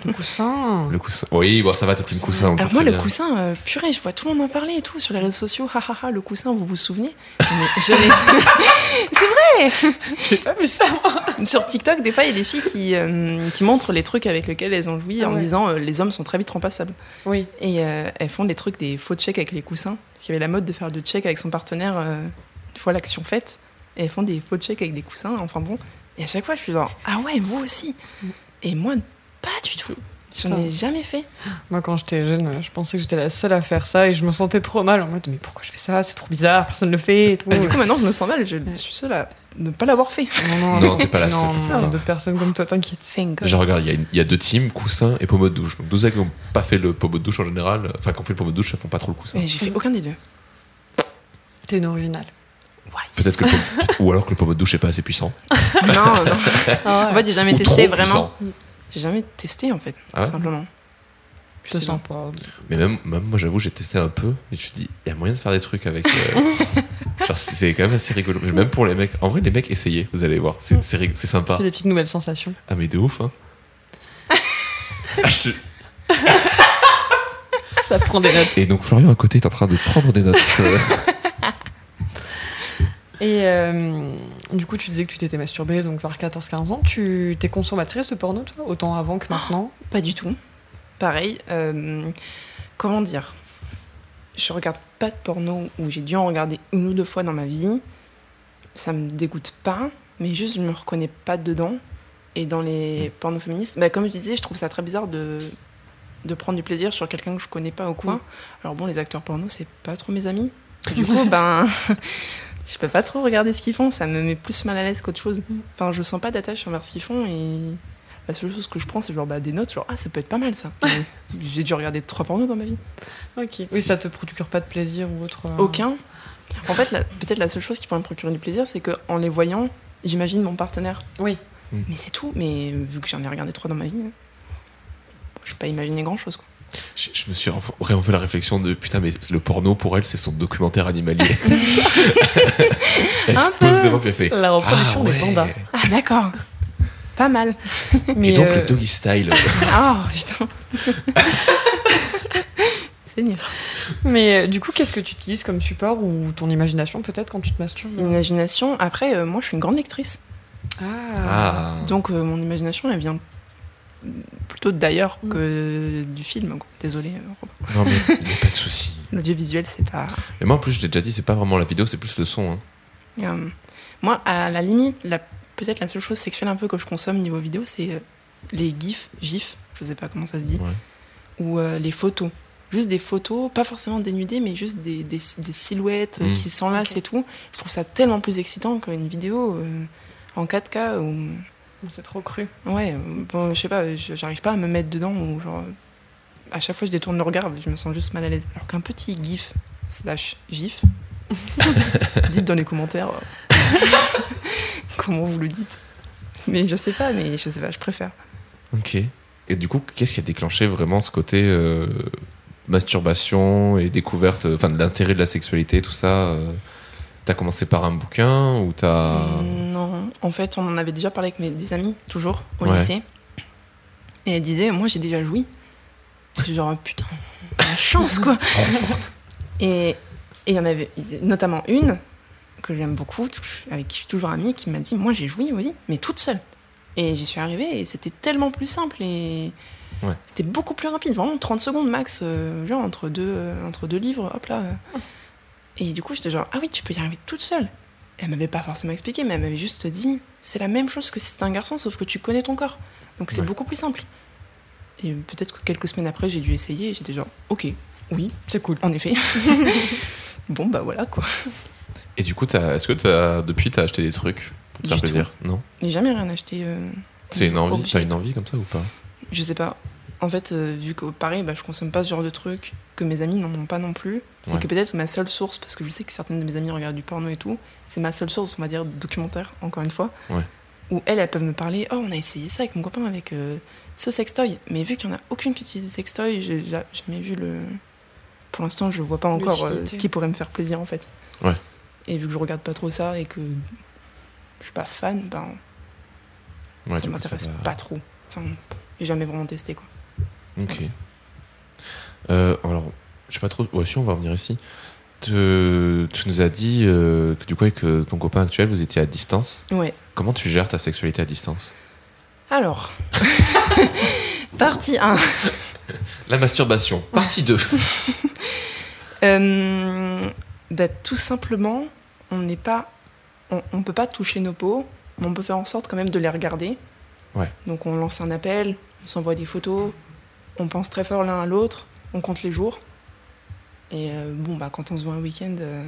Le coussin. Le coussin. Oui, bon, ça va, t'es team coussin. on le Alors sait moi, très le bien. coussin, euh, purée, je vois tout le monde en parler et tout sur les réseaux sociaux. Ha ha ha, le coussin, vous vous souvenez Mais je l'ai- C'est vrai J'ai pas vu ça, moi. Sur TikTok, des fois, il y a des filles qui, euh, qui montrent les trucs avec lesquels elles ont joué Ah en ouais. disant euh, les hommes sont très vite remplaçables. Oui. Et euh, elles font des trucs, des faux checks avec les coussins. Parce qu'il y avait la mode de faire le check avec son partenaire euh, une fois l'action faite. Et elles font des faux checks avec des coussins, enfin bon. Et à chaque fois, je suis genre, ah ouais, vous aussi Mm. Et moi, pas du tout. J'en ai jamais fait. Moi, quand j'étais jeune, je pensais que j'étais la seule à faire ça et je me sentais trop mal en mode mais pourquoi je fais ça C'est trop bizarre, personne le fait et tout. Bah, du coup, maintenant, je me sens mal. Je suis seule à ne pas l'avoir fait. non, Non, t'es pas la seule, Non, faut pas. d'autres personnes comme toi, t'inquiète. Thank God. Je regarde, il y a une- il y, a deux teams, coussin et pommeau de douche. Donc, 12 qui n'ont pas fait le pommeau de douche en général, euh, enfin, qui ont fait le pommeau de douche, elles font pas trop le coussin. Et j'ai fait aucun des deux. T'es une originale. Why Peut-être que le pommeau- peut-être- ou alors que le pommeau de douche est pas assez puissant. Non, non. En Ah fait, j'ai jamais ou testé, trop vraiment. puissant. J'ai jamais testé, en fait, Ah ouais simplement. je te sens pas. Mais même, même moi, j'avoue, j'ai testé un peu et je me dis, il y a moyen de faire des trucs avec. euh, genre, c'est- c'est quand même assez rigolo. Même pour les mecs. En vrai, les mecs, essayez, vous allez voir. C'est c'est rig- c'est sympa. Fais des petites nouvelles sensations. Ah, mais de ouf, hein. Ah, je te- Ça prend des notes. Et donc, Florian à côté est en train de prendre des notes. euh. Et euh, du coup, tu disais que tu t'étais masturbée donc vers 14-15 ans. Tu t'es consommatrice de porno, toi Autant avant que maintenant Pas du tout. Pareil, euh, comment dire Je regarde pas de porno ou j'ai dû en regarder une ou deux fois dans ma vie. Ça me dégoûte pas, mais juste je me reconnais pas dedans. Et dans les pornos féministes, bah, comme je disais, je trouve ça très bizarre de, de prendre du plaisir sur quelqu'un que je connais pas ou quoi. Mm. Alors bon, les acteurs porno, c'est pas trop mes amis. Du coup, ben. Je peux pas trop regarder ce qu'ils font, ça me met plus mal à l'aise qu'autre chose. Mm. Enfin, je sens pas d'attache envers ce qu'ils font et la seule chose que je prends, c'est genre bah, des notes, genre ah, ça peut être pas mal ça. Mais J'ai dû regarder trois pornos dans ma vie. Ok. Oui, ça te procure pas de plaisir ou autre euh, Aucun. En fait, la- peut-être la seule chose qui pourrait me procurer du plaisir, c'est que en les voyant, j'imagine mon partenaire. Oui. Mais c'est tout, mais vu que j'en ai regardé trois dans ma vie, hein, je peux pas imaginer grand chose quoi. Je, je me suis enf- vraiment fait la réflexion de putain, mais le porno pour elle, c'est son documentaire animalier. elle Un se pose peu. devant puis elle fait. La reproduction ah, ouais. des pandas. Ah, d'accord. pas mal. Et donc euh, le doggy style. Oh putain. Seigneur. mais euh, du coup, qu'est-ce que tu utilises comme support ou ton imagination peut-être quand tu te masturbes Imagination. Après, euh, moi, je suis une grande lectrice. Ah. ah. Donc euh, mon imagination, elle vient plutôt d'ailleurs que du film. quoi. Désolée, euh, Robin. Non, mais il n'y a pas de souci. l'audiovisuel, c'est pas. Mais moi, en plus, je l'ai déjà dit, c'est pas vraiment la vidéo, c'est plus le son. hein. Euh, moi, à la limite, la... peut-être la seule chose sexuelle un peu que je consomme niveau vidéo, c'est euh, les gifs, gifs, je sais pas comment ça se dit, ou euh, les photos. Juste des photos, pas forcément dénudées, mais juste des, des- des silhouettes euh, Mm. qui s'enlacent Ok. et tout. Je trouve ça tellement plus excitant qu'une vidéo euh, en 4K ou C'est trop cru. Ouais, euh, bon, je sais pas, je- j'arrive pas à me mettre dedans ou genre. euh, À chaque fois, je détourne le regard, je me sens juste mal à l'aise. Alors qu'un petit gif slash gif, dites dans les commentaires euh, comment vous le dites. Mais je sais pas, mais je sais pas, je préfère. Ok. Et du coup, qu'est-ce qui a déclenché vraiment ce côté euh, masturbation et découverte, euh, enfin, de l'intérêt de la sexualité, tout ça euh, T'as commencé par un bouquin ou t'as. Mm, Non, en fait, on en avait déjà parlé avec mes des amis, toujours, au Ouais. lycée. Et elle disait, moi j'ai déjà joui. J'ai genre, Ah, putain, la chance quoi. et et il y en avait notamment une que j'aime beaucoup, tou- avec qui je suis toujours amie, qui m'a dit, moi j'ai joui, oui, mais toute seule. Et j'y suis arrivée et c'était tellement plus simple et Ouais. c'était beaucoup plus rapide, vraiment 30 secondes max, euh, genre entre deux, euh, entre deux livres, hop là. euh. Et du coup, j'étais genre, ah oui, tu peux y arriver toute seule. Elle m'avait pas forcément expliqué, mais elle m'avait juste dit c'est la même chose que si c'était un garçon, sauf que tu connais ton corps. Donc c'est Ouais. beaucoup plus simple. Et peut-être que quelques semaines après, j'ai dû essayer et j'étais genre ok, oui, C'est cool. en effet. bon, bah voilà quoi. Et du coup, t'as- est-ce que t'as- depuis, t'as acheté des trucs pour te Du faire tout. plaisir Non J'ai jamais rien acheté. euh, C'est une envie objet. T'as une envie comme ça ou pas Je sais pas. En fait, euh, vu que pareil, bah, je consomme pas ce genre de truc, que mes amis n'en ont pas non plus, Ouais. et que peut-être ma seule source, parce que je sais que certaines de mes amies regardent du porno et tout, c'est ma seule source, on va dire, documentaire, encore une fois, Ouais. où elles, elles peuvent me parler, oh, on a essayé ça avec mon copain, avec euh, ce sextoy, mais vu qu'il y en a aucune qui utilise le sextoy, j'ai ja- jamais vu le. Pour l'instant, je vois pas encore euh, L'utilité. ce qui pourrait me faire plaisir en fait. Ouais. Et vu que je regarde pas trop ça et que je suis pas fan, ben Ouais, du ça coup, ça m'intéresse va- pas trop. Enfin, J'ai jamais vraiment testé quoi. Ok. Euh, alors, je sais pas trop. Ouais, si, on va revenir ici. Te- tu nous as dit euh, que du coup, avec euh, ton copain actuel, vous étiez à distance. Ouais. Comment tu gères ta sexualité à distance Alors, partie 1. La masturbation, partie 2. Euh, bah, tout simplement, on n'est pas, on, on peut pas toucher nos peaux, mais on peut faire en sorte quand même de les regarder. Ouais. Donc on lance un appel, on s'envoie des photos, on pense très fort l'un à l'autre, on compte les jours. Et euh, bon bah quand on se voit un week-end, euh,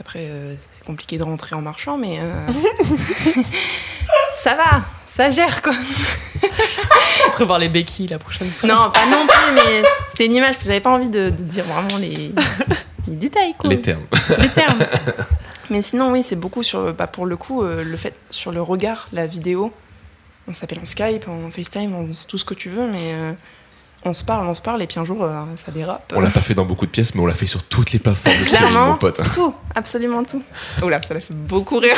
après euh, c'est compliqué de rentrer en marchant, mais euh, ça va, ça gère quoi. Prévoir les béquilles la prochaine fois. Non, pas non plus, mais c'était une image parce que j'avais pas envie de, de dire vraiment les, les détails quoi Les termes. les termes. Mais sinon, oui, c'est beaucoup sur, bah, pour le coup, euh, le fait sur le regard, la vidéo. On s'appelle en Skype, en FaceTime, on tout ce que tu veux, mais euh, on se parle, on se parle, et puis un jour, euh, ça dérape. On l'a pas fait dans beaucoup de pièces, mais on l'a fait sur toutes les plateformes de streaming, Clairement. mon pote. Tout, absolument tout. Oh là, ça l'a fait beaucoup rire.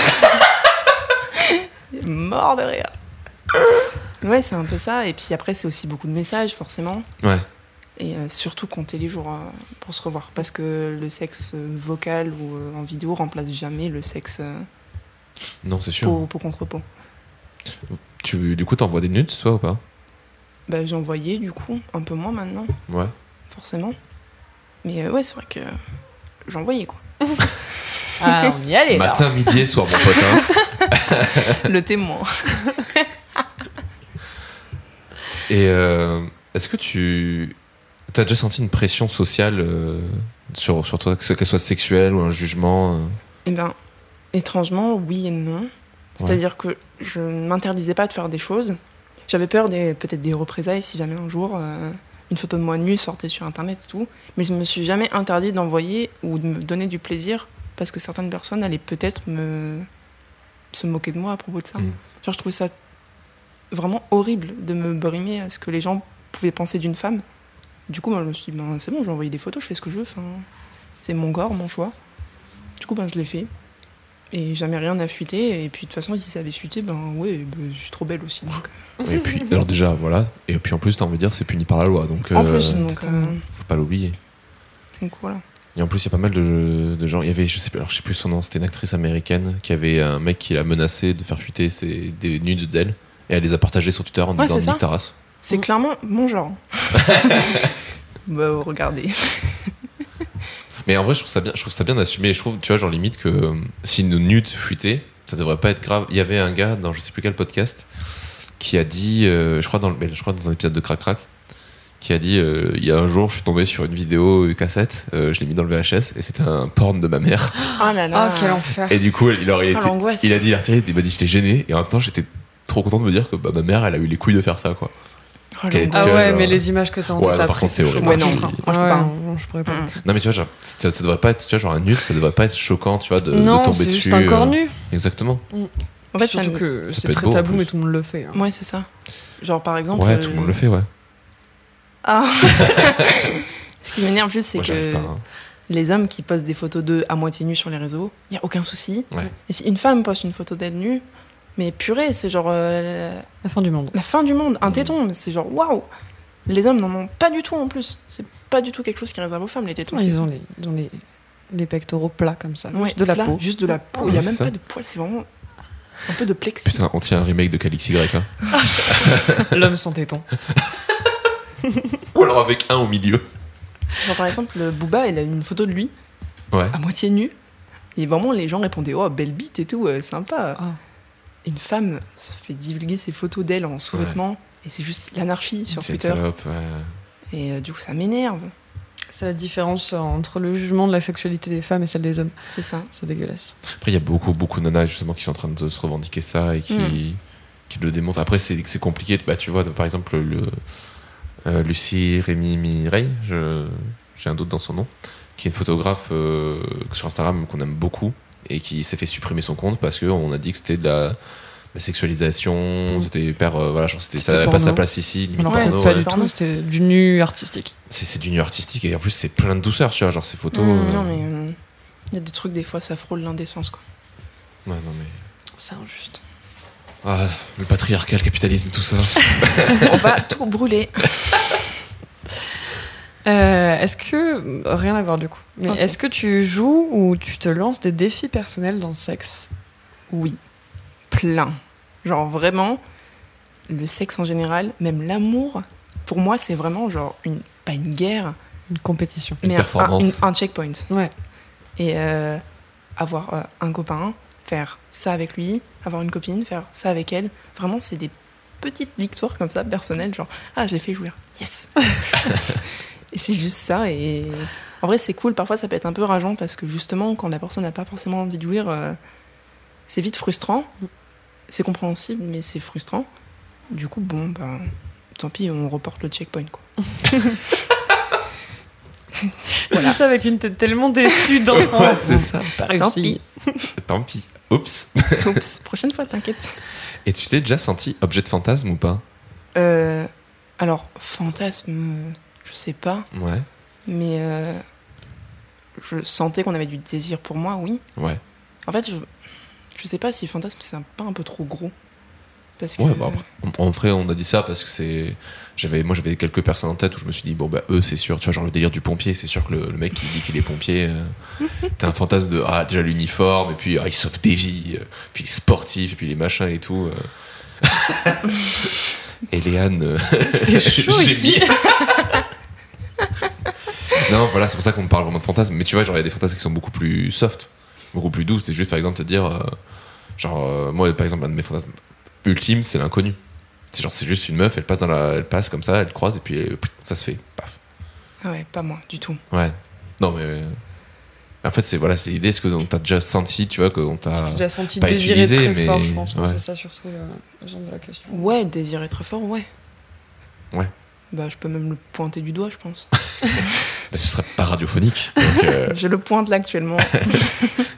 Mort de rire. Ouais, c'est un peu ça. Et puis après, c'est aussi beaucoup de messages, forcément. Ouais. Et euh, surtout compter les jours euh, pour se revoir. Parce que le sexe euh, vocal ou euh, en vidéo remplace jamais le sexe euh, Non, c'est sûr. peau, peau contre peau. Tu, du coup, t'envoies des nudes, toi ou pas Bah, j'en voyais du coup, un peu moins maintenant, Ouais. forcément. Mais euh, ouais, c'est vrai que j'en voyais quoi. Ah, on y allait là. Matin, midi et soir, mon pote. hein. Le témoin. Et euh, est-ce que tu. T'as déjà senti une pression sociale euh, sur, sur toi, que ce- qu'elle soit sexuelle ou un jugement euh Eh ben, étrangement, oui et non. C'est-à-dire que je ne m'interdisais pas de faire des choses. J'avais peur des peut-être des représailles si jamais un jour euh, une photo de moi nue sortait sur internet et tout. Mais je me suis jamais interdit d'envoyer ou de me donner du plaisir parce que certaines personnes allaient peut-être me se moquer de moi à propos de ça. Mm. Genre je trouvais ça vraiment horrible de me brimer à ce que les gens pouvaient penser d'une femme. Du coup, moi, je me suis dit, ben, c'est bon, je vais envoyer des photos, je fais ce que je veux. Enfin, c'est mon corps, mon choix. Du coup, ben, je l'ai fait. Et jamais rien n'a fuité. Et puis, de toute façon, si ça avait fuité, ben ouais, ben, je suis trop belle aussi. donc. Et puis, alors déjà, voilà. Et puis en plus, t'as envie de dire, c'est puni par la loi. Donc, en euh, plus, donc, euh, faut pas l'oublier. donc voilà. Et en plus, il y a pas mal de, de gens. Il y avait, je sais, plus- alors, je sais plus son nom, c'était une actrice américaine qui avait un mec qui l'a menacé de faire fuiter ses, des nudes d'elle. Et elle les a partagées sur Twitter en Ouais, disant c'est ça. Nique ta race. C'est Mm. clairement mon genre. bah, regardez. Mais en vrai, je trouve ça bien, je trouve ça bien d'assumer. Je trouve, tu vois, genre limite que euh, si une nude fuitait, ça devrait pas être grave. Il y avait un gars dans je sais plus quel podcast qui a dit, euh, je crois dans le, mais je crois dans un épisode de Crac Crac, qui a dit, euh, il y a un jour, je suis tombé sur une vidéo cassette, euh, je l'ai mis dans le VHS et c'était un porn de ma mère. Oh là là. Ah, quel enfer. Et du coup, il aurait Ah, été, l'angoisse. il a dit, il a retiré, il m'a dit, j'étais gêné et en même temps, j'étais trop content de me dire que bah, ma mère, elle a eu les couilles de faire ça, quoi. Oh, Quel- Ah l'angoisse. Tu vois, ouais, genre- mais les images que t'as en Ouais, tête non, par après, contre, c'est horrible. Ouais, non, choquant. moi, je peux pas. Ouais, non, je pourrais pas. Mm. Non, mais tu vois, genre, ça, ça devrait pas être, tu vois, genre un nude, ça devrait pas être choquant, tu vois, de, de non, tomber c'est dessus. juste un corps euh, nu. Exactement. En fait, ça Surtout me- que Ça c'est peut être très beau, en tabou, plus. mais tout le monde le fait. hein. Ouais, c'est ça. Genre, par exemple. euh, euh, Ouais, tout le monde le fait, ouais. Ah. Ce qui m'énerve juste, c'est Moi, j'arrive que pas, hein. les hommes qui postent des photos d'eux à moitié nus sur les réseaux, il n'y a aucun souci. Ouais. Et si une femme poste une photo d'elle nue, mais purée, c'est genre euh, La fin du monde. la fin du monde, un Mm. téton, mais c'est genre waouh Les hommes n'en ont pas du tout en plus. C'est pas du tout quelque chose qui réserve aux femmes, les tétons. Ouais, c'est Ils ont les, ils ont les, les pectoraux plats comme ça, Ouais, juste de la là, peau. Juste de la peau, il Ouais, n'y a c'est même ça. pas de poils, c'est vraiment un peu de plexi. Putain, on tient un remake de Calix Y. Hein. L'homme sans téton. Ou alors avec un au milieu. Genre, par exemple, le Booba, il a une photo de lui Ouais. à moitié nu. Et vraiment, les gens répondaient Oh, belle bite et tout, euh, sympa. Ah. Une femme se fait divulguer ses photos d'elle en sous-vêtements, et c'est juste l'anarchie sur C'est une Twitter. salope, ouais. Et euh, du coup, ça m'énerve. C'est la différence euh, entre le jugement de la sexualité des femmes et celle des hommes. C'est ça. C'est dégueulasse. Après, il y a beaucoup, beaucoup de nanas justement qui sont en train de se revendiquer ça et qui, qui le démontrent. Après, c'est c'est compliqué. Bah, tu vois, de- par exemple, le, euh, Lucie Rémi Mireille, je- j'ai un doute dans son nom, qui est une photographe euh, sur Instagram qu'on aime beaucoup et qui s'est fait supprimer son compte parce qu'on a dit que c'était de la, de la sexualisation, Mm. c'était hyper. euh, voilà, genre, c'était- ça C'était n'avait pas sa porno. place ici. limite Alors Ouais, que porno, pas ouais. du Pardon. tout, c'était du nu artistique. c'est c'est du nu artistique et en plus c'est plein de douceur tu vois genre ces photos Mm, euh, Non, mais euh, il y a des trucs, des fois, ça frôle l'indécence, quoi. ouais, non mais C'est injuste. Ah, le patriarcat, le capitalisme, tout ça. On va tout brûler. Euh, est-ce que rien à voir du coup Mais Ok. est-ce que tu joues ou tu te lances des défis personnels dans le sexe Oui, plein. Genre vraiment, le sexe en général, même l'amour, pour moi, c'est vraiment genre une pas une guerre, Une compétition. Une mais un- un, performance. un checkpoint. Ouais. Et euh, avoir euh, un copain, faire ça avec lui, avoir une copine, faire ça avec elle. Vraiment, c'est des petites victoires comme ça, personnelles, genre ah, je l'ai fait jouer, yes. et c'est juste ça. Et en vrai, c'est cool. Parfois, ça peut être un peu rageant parce que justement, quand la personne n'a pas forcément envie de jouir, euh, c'est vite frustrant. C'est compréhensible, mais c'est frustrant. Du coup, bon, ben, tant pis, on reporte le checkpoint, quoi. Voilà. ça avec une tête tellement déçue d'enfant. Ouais, c'est Ah ça. Tant pis. Tant pis. Oups. Oups, prochaine fois, t'inquiète. Et tu t'es déjà senti objet de fantasme ou pas Euh, alors, fantasme, euh, je sais pas, Ouais. mais euh, je sentais qu'on avait du désir pour moi, oui. Ouais. En fait, je, je sais pas si fantasme, c'est un, pas un peu trop gros. Parce que, Ouais, bah après, en- en vrai, on a dit ça parce que c'est. J'avais, moi, j'avais quelques personnes en tête où je me suis dit, bon, bah, eux, c'est sûr, tu vois, genre le délire du pompier, c'est sûr que le, le mec qui dit qu'il est pompier, euh, t'as un fantasme de, ah, déjà l'uniforme, et puis, ah, il sauve des vies, euh, puis il est sportif, et puis les machins et tout. euh. et Léane, euh, fait chaud j'ai ici. mis- non, voilà, c'est pour ça qu'on me parle vraiment de fantasmes, mais tu vois, genre, il y a des fantasmes qui sont beaucoup plus soft, beaucoup plus doux, c'est juste, par exemple, te dire, euh, genre, euh, moi, par exemple, un de mes fantasmes ultimes, c'est l'inconnu. C'est genre, c'est juste une meuf, elle passe, dans la, elle passe comme ça, elle croise et puis elle- ça se fait. Paf. ah ouais, pas moi, du tout. Ouais. Non, mais. euh, En fait, c'est voilà, c'est l'idée. Est-ce que on t'a déjà senti, tu vois, qu'on t'a. J'ai déjà senti Ah, pas désirer utilisé, très mais- fort, je pense. Moi, ouais. C'est ça surtout le, le genre de la question. Ouais, désirer très fort, ouais. Ouais. Bah, je peux même le pointer du doigt, je pense. Bah, ce serait pas radiophonique. Donc, euh, je le pointe là actuellement.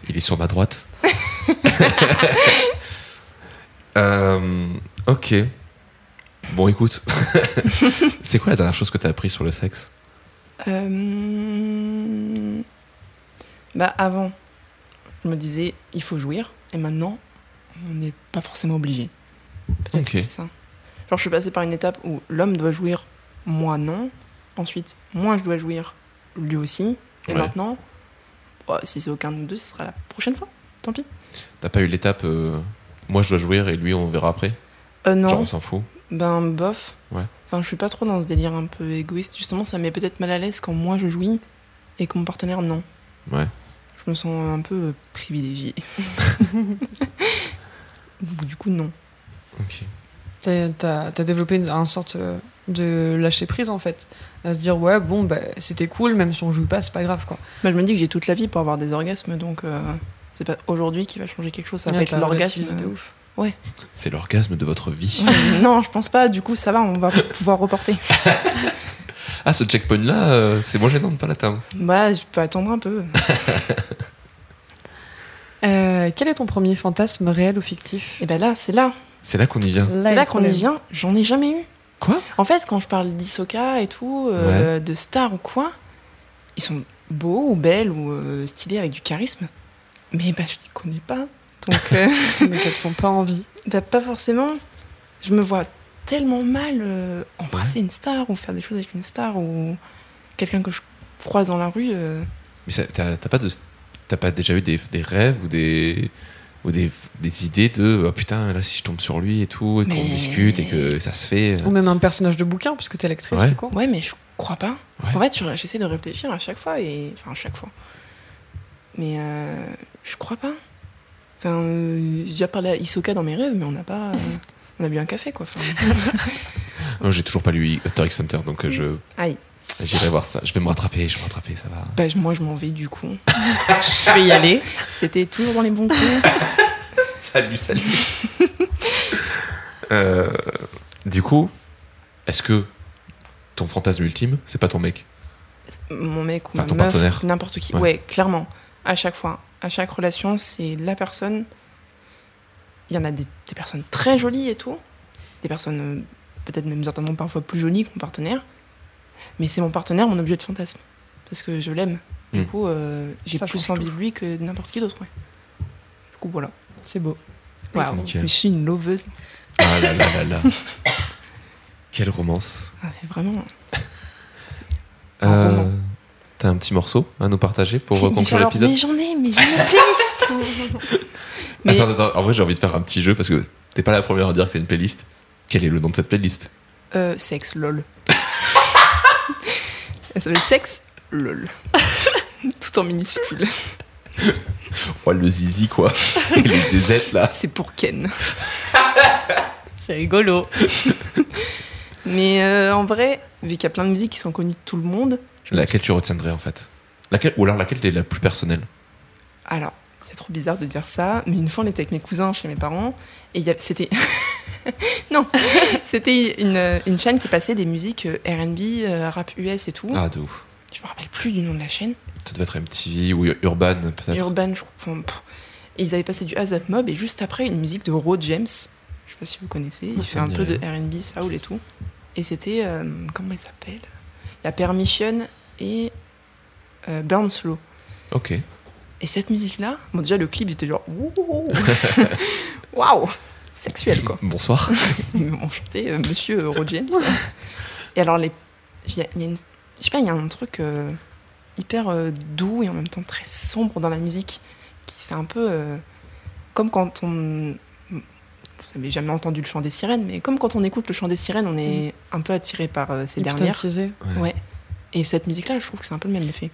il est sur ma droite. Euh, ok. Bon, écoute. c'est quoi la dernière chose que t'as appris sur le sexe Euh, Bah avant, je me disais il faut jouir, et maintenant on n'est pas forcément obligé. Peut-être Ok. que c'est ça. Genre je suis passée par une étape où l'homme doit jouir, moi non. Ensuite, moi je dois jouir, lui aussi. Et Ouais. maintenant, bah, si c'est aucun de nous deux, ce sera la prochaine fois. Tant pis. T'as pas eu l'étape. euh, moi, je dois jouir et lui, on verra après Euh, non. Genre, on s'en fout. Ben bof. Ouais. Enfin, je suis pas trop dans ce délire un peu égoïste. Justement, ça met peut-être mal à l'aise quand moi je jouis et que mon partenaire non. Ouais. Je me sens un peu euh, privilégiée. Donc, du coup, non. Ok. T'as- T'as t'as développé une, un sorte euh, de lâcher prise en fait. À se dire, ouais, bon, bah, c'était cool, même si on joue pas, c'est pas grave quoi. Bah, je me dis que j'ai toute la vie pour avoir des orgasmes, donc euh, c'est pas aujourd'hui qui va changer quelque chose, ça va Ouais, être t'as relativisé de l'orgasme. ouf. C'est l'orgasme de votre vie. non, je pense pas, du coup, ça va, on va pouvoir reporter. Ah, ce checkpoint-là, euh, c'est moins gênant de pas l'atteindre. Bah, je peux attendre un peu. Euh, quel est ton premier fantasme réel ou fictif Et ben là, c'est là. C'est là qu'on y vient. c'est le là qu'on y problème. vient, j'en ai jamais eu. Quoi En fait, quand je parle d'Isoka et tout, euh, de stars ou quoi, ils sont beaux ou belles ou euh, stylés avec du charisme, mais bah, je les connais pas. Donc, euh, mais qu'elles te font pas envie. bah, pas forcément. Je me vois tellement mal euh, embrasser une star ou faire des choses avec une star ou quelqu'un que je croise dans la rue. euh, Mais ça- t'as t'as pas, de- t'as pas déjà eu des, des rêves ou des ou des, des idées de Ah, putain là si je tombe sur lui et tout et qu'on Mais- discute et que ça se fait. euh, Ou même un personnage de bouquin, parce que t'es l'actrice Ouais. du coup. Ouais, mais je crois pas. Ouais. En fait, je- j'essaie de réfléchir à chaque fois et enfin à chaque fois. Mais euh, je crois pas. Enfin, euh, j'ai déjà parlé à Isoka dans mes rêves, mais on n'a pas. euh, on a bu un café quoi. Enfin, Non, J'ai toujours pas lu Hunter x Hunter donc euh, je aïe. j'irai voir ça. Je vais me rattraper, je vais me rattraper, ça va. Bah, je- moi, je m'en vais du coup. Je vais y aller. C'était toujours dans les bons coups. salut, salut. Euh, du coup, est-ce que ton fantasme ultime, c'est pas ton mec Mon mec ou Enfin, ma ton meuf, partenaire. n'importe qui. Ouais. Ouais. clairement. À chaque fois, à chaque relation, c'est la personne. Il y en a des, des personnes très jolies et tout, des personnes euh, peut-être même certainement parfois plus jolies que mon partenaire, mais c'est mon partenaire mon objet de fantasme parce que je l'aime. Du Mm. coup, euh, j'ai Ça plus change envie tout. de lui que de n'importe qui d'autre. ouais. Du coup, voilà. C'est beau. Waouh, nickel. mais je suis une loveuse. Ah là là là là. Quelle romance. Ah, mais vraiment. Un Euh, roman. T'as un petit morceau à nous partager pour euh, Mais conclure genre, l'épisode Mais j'en ai, mais j'en ai plus. mais Attends, attends, en vrai j'ai envie de faire un petit jeu parce que t'es pas la première à dire que t'as une playlist. Quel est le nom de cette playlist euh, sexe, lol. Elle s'appelle sexe, lol. Tout en minuscule. Oh le zizi quoi Et les zézettes là C'est pour Ken. C'est rigolo. Mais euh, en vrai, vu qu'il y a plein de musiques qui sont connues de tout le monde, Laquelle tu retiendrais en fait Laquelle, Ou alors laquelle t'es la plus personnelle alors c'est trop bizarre de dire ça, mais une fois on était avec mes cousins chez mes parents et il y a- c'était non, c'était une, une chaîne qui passait des musiques euh, R&B, euh, rap US et tout. Ah de ouf. Je me rappelle plus du nom de la chaîne. Ça devait être MTV ou Urban peut-être. Urban, je crois. enfin, pff. Et ils avaient passé du ASAP Mob et juste après une musique de Raw James. Je sais pas si vous connaissez. Non, Il Ah, ça fait me un dit peu de RB, Saoul et tout. Et c'était. euh, comment il s'appelle Il y a Permission et euh, Burn Slow. Ok. Et cette musique-là, bon, déjà le clip était genre. Wouh Waouh Sexuel quoi. Bonsoir. Enchanté, euh, monsieur euh, Raw James. et alors, les. Il y a, il y a une- Je sais pas, il y a un truc euh, hyper euh, doux et en même temps très sombre dans la musique. qui C'est un peu euh, comme quand on. Vous avez jamais entendu le chant des sirènes, mais comme quand on écoute le chant des sirènes, on est un peu attiré par euh, ces dernières. Ouais. Ouais. Et cette musique-là, je trouve que c'est un peu le même effet.